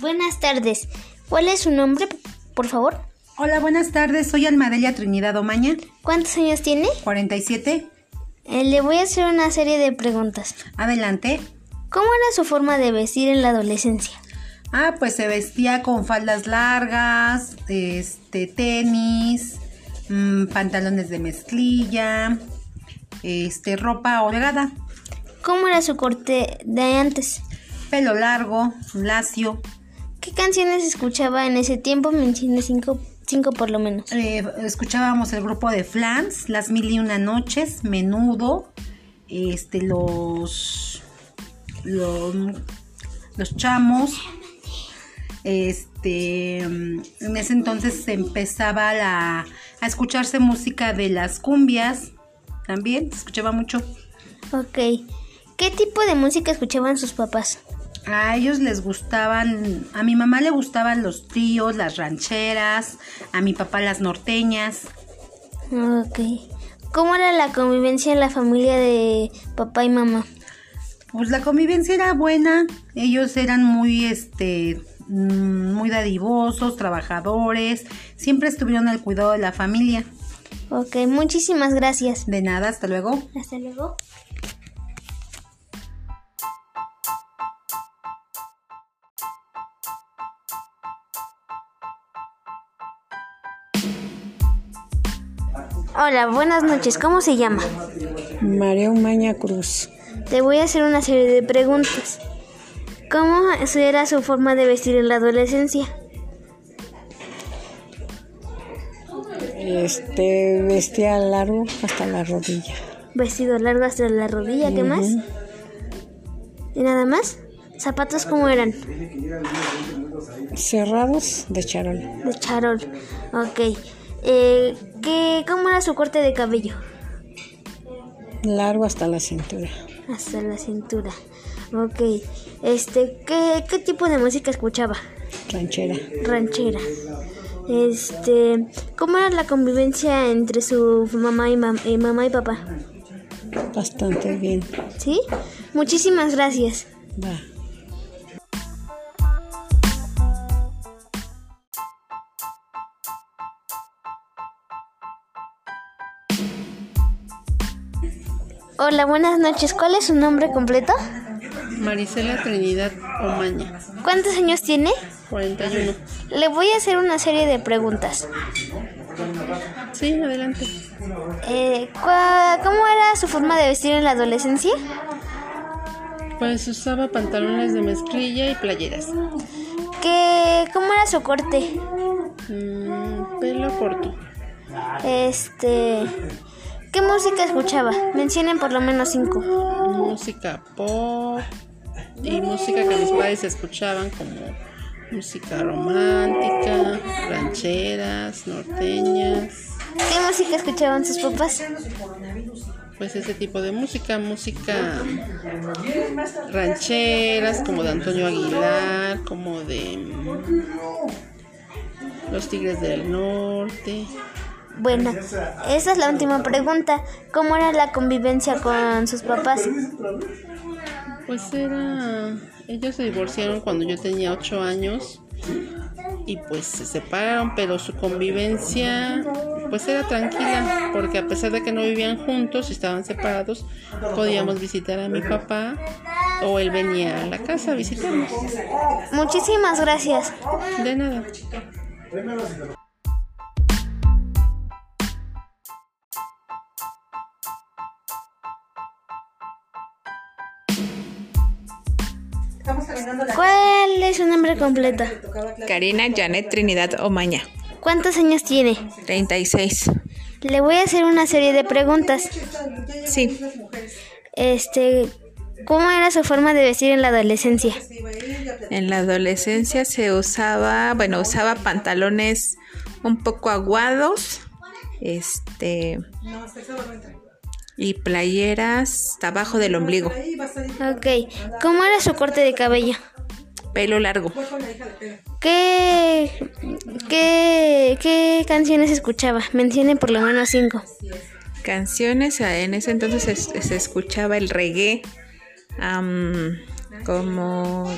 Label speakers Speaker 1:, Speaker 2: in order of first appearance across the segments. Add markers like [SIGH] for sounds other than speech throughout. Speaker 1: Buenas tardes. ¿Cuál es su nombre, por favor?
Speaker 2: Hola, buenas tardes. Soy Almadelia Trinidad Omaña,
Speaker 1: ¿Cuántos años tiene?
Speaker 2: 47.
Speaker 1: Eh, le voy a hacer una serie de preguntas.
Speaker 2: Adelante.
Speaker 1: ¿Cómo era su forma de vestir en la adolescencia?
Speaker 2: Ah, pues se vestía con faldas largas, este, tenis, mm, pantalones de mezclilla, este, ropa holgada,
Speaker 1: ¿Cómo era su corte de antes?
Speaker 2: pelo largo, lacio,
Speaker 1: ¿Qué canciones escuchaba en ese tiempo? Mencione cinco, cinco por lo menos.
Speaker 2: Eh, escuchábamos el grupo de Flans, Las Mil y Una Noches, Menudo, este, los, los, los chamos. Este, mm, en ese entonces se empezaba la- a escucharse música de las cumbias, también se escuchaba mucho.
Speaker 1: Ok. ¿Qué tipo de música escuchaban sus papás?
Speaker 2: A ellos les gustaban, a mi mamá le gustaban los tríos, las rancheras, a mi papá las norteñas.
Speaker 1: Ok. ¿Cómo era la convivencia en la familia de papá y mamá?
Speaker 2: Pues la convivencia era buena, ellos eran muy, este, mm, muy dadivosos, trabajadores, siempre estuvieron al cuidado de la familia.
Speaker 1: Ok, muchísimas gracias.
Speaker 2: De nada, hasta luego.
Speaker 1: Hasta luego. Hola, buenas noches. ¿Cómo se llama?
Speaker 3: María Umaña Cruz.
Speaker 1: Te voy a hacer una serie de preguntas. ¿Cómo era su forma de vestir en la adolescencia?
Speaker 3: Este vestía largo hasta la rodilla.
Speaker 1: Vestido largo hasta la rodilla, ¿qué más? ¿Y nada más? ¿Zapatos cómo eran?
Speaker 3: Cerrados de charol.
Speaker 1: De charol. Ok. Eh, ¿qué, ¿Cómo era su corte de cabello?
Speaker 3: Largo hasta la cintura.
Speaker 1: Hasta la cintura. Ok. Este, ¿qué, qué tipo de música escuchaba?
Speaker 3: Ranchera.
Speaker 1: Ranchera. Este, ¿cómo era la convivencia entre su mamá y, mam- eh, mamá y papá?
Speaker 3: Bastante bien.
Speaker 1: ¿Sí? Muchísimas gracias.
Speaker 3: Va.
Speaker 1: Hola, buenas noches. ¿Cuál es su nombre completo?
Speaker 4: Marisela Trinidad Omaña,
Speaker 1: ¿Cuántos años tiene?
Speaker 4: 41.
Speaker 1: Le voy a hacer una serie de preguntas.
Speaker 4: Sí, adelante.
Speaker 1: Eh, ¿cuá- ¿Cómo era su forma de vestir en la adolescencia?
Speaker 4: Pues usaba pantalones de mezclilla y playeras.
Speaker 1: ¿Qué, ¿Cómo era su corte?
Speaker 4: Mm, pelo corto.
Speaker 1: Este, ¿Qué música escuchaba? Mencionen por lo menos cinco.
Speaker 4: Música pop y música que mis padres escuchaban como música romántica, rancheras, norteñas.
Speaker 1: ¿Qué música escuchaban sus papás?
Speaker 4: Pues ese tipo de música, música rancheras como de Antonio Aguilar, como de mm, Los Tigres del Norte.
Speaker 1: Bueno, esa es la última pregunta. ¿Cómo era la convivencia con sus papás?
Speaker 4: Pues era. Ellos se divorciaron cuando yo tenía 8 años. Y pues se separaron, pero su convivencia pues era tranquila, porque a pesar de que no vivían juntos y estaban separados, podíamos visitar a mi papá o él venía a la casa a visitarnos.
Speaker 1: Muchísimas gracias.
Speaker 4: De nada.
Speaker 1: ¿Cuál es su nombre completo?
Speaker 5: Karina Janet Trinidad Omaña,
Speaker 1: ¿Cuántos años tiene?
Speaker 5: 36.
Speaker 1: Le voy a hacer una serie de preguntas.
Speaker 5: Sí,
Speaker 1: Este, ¿cómo era su forma de vestir en la adolescencia?
Speaker 5: en la adolescencia se usaba, bueno, usaba pantalones un poco aguados, este, y playeras abajo del ombligo,
Speaker 1: Ok, ¿cómo era su corte de cabello?
Speaker 5: pelo largo.
Speaker 1: ¿Qué, qué, qué canciones escuchaba? Mencionen por lo menos cinco.
Speaker 5: Canciones, Ah, en ese entonces se, se escuchaba el reggae, am, como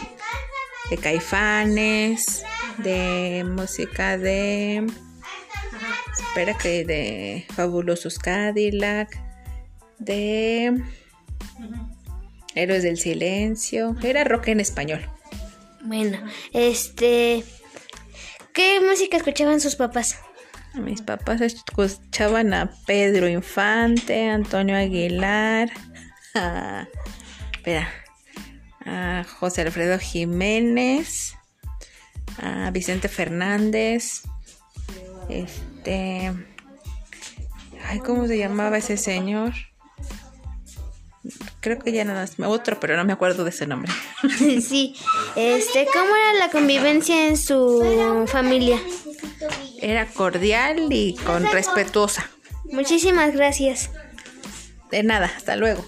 Speaker 5: de caifanes, de música de... Espera que de Fabulosos Cadillac, de Héroes del Silencio. Era rock en español.
Speaker 1: Bueno, este. ¿Qué música escuchaban sus papás? [LAUGHS]
Speaker 5: Mis papás escuchaban a Pedro Infante, Antonio Aguilar, a, espera, a José Alfredo Jiménez, a Vicente Fernández, este, ay, ¿cómo se llamaba ese señor? Creo que ya nada más, otro, pero no me acuerdo de ese nombre.
Speaker 1: sí. Este, ¿cómo era la convivencia en su familia?
Speaker 5: Era cordial y con respetuosa.
Speaker 1: Muchísimas gracias.
Speaker 5: De nada, hasta luego.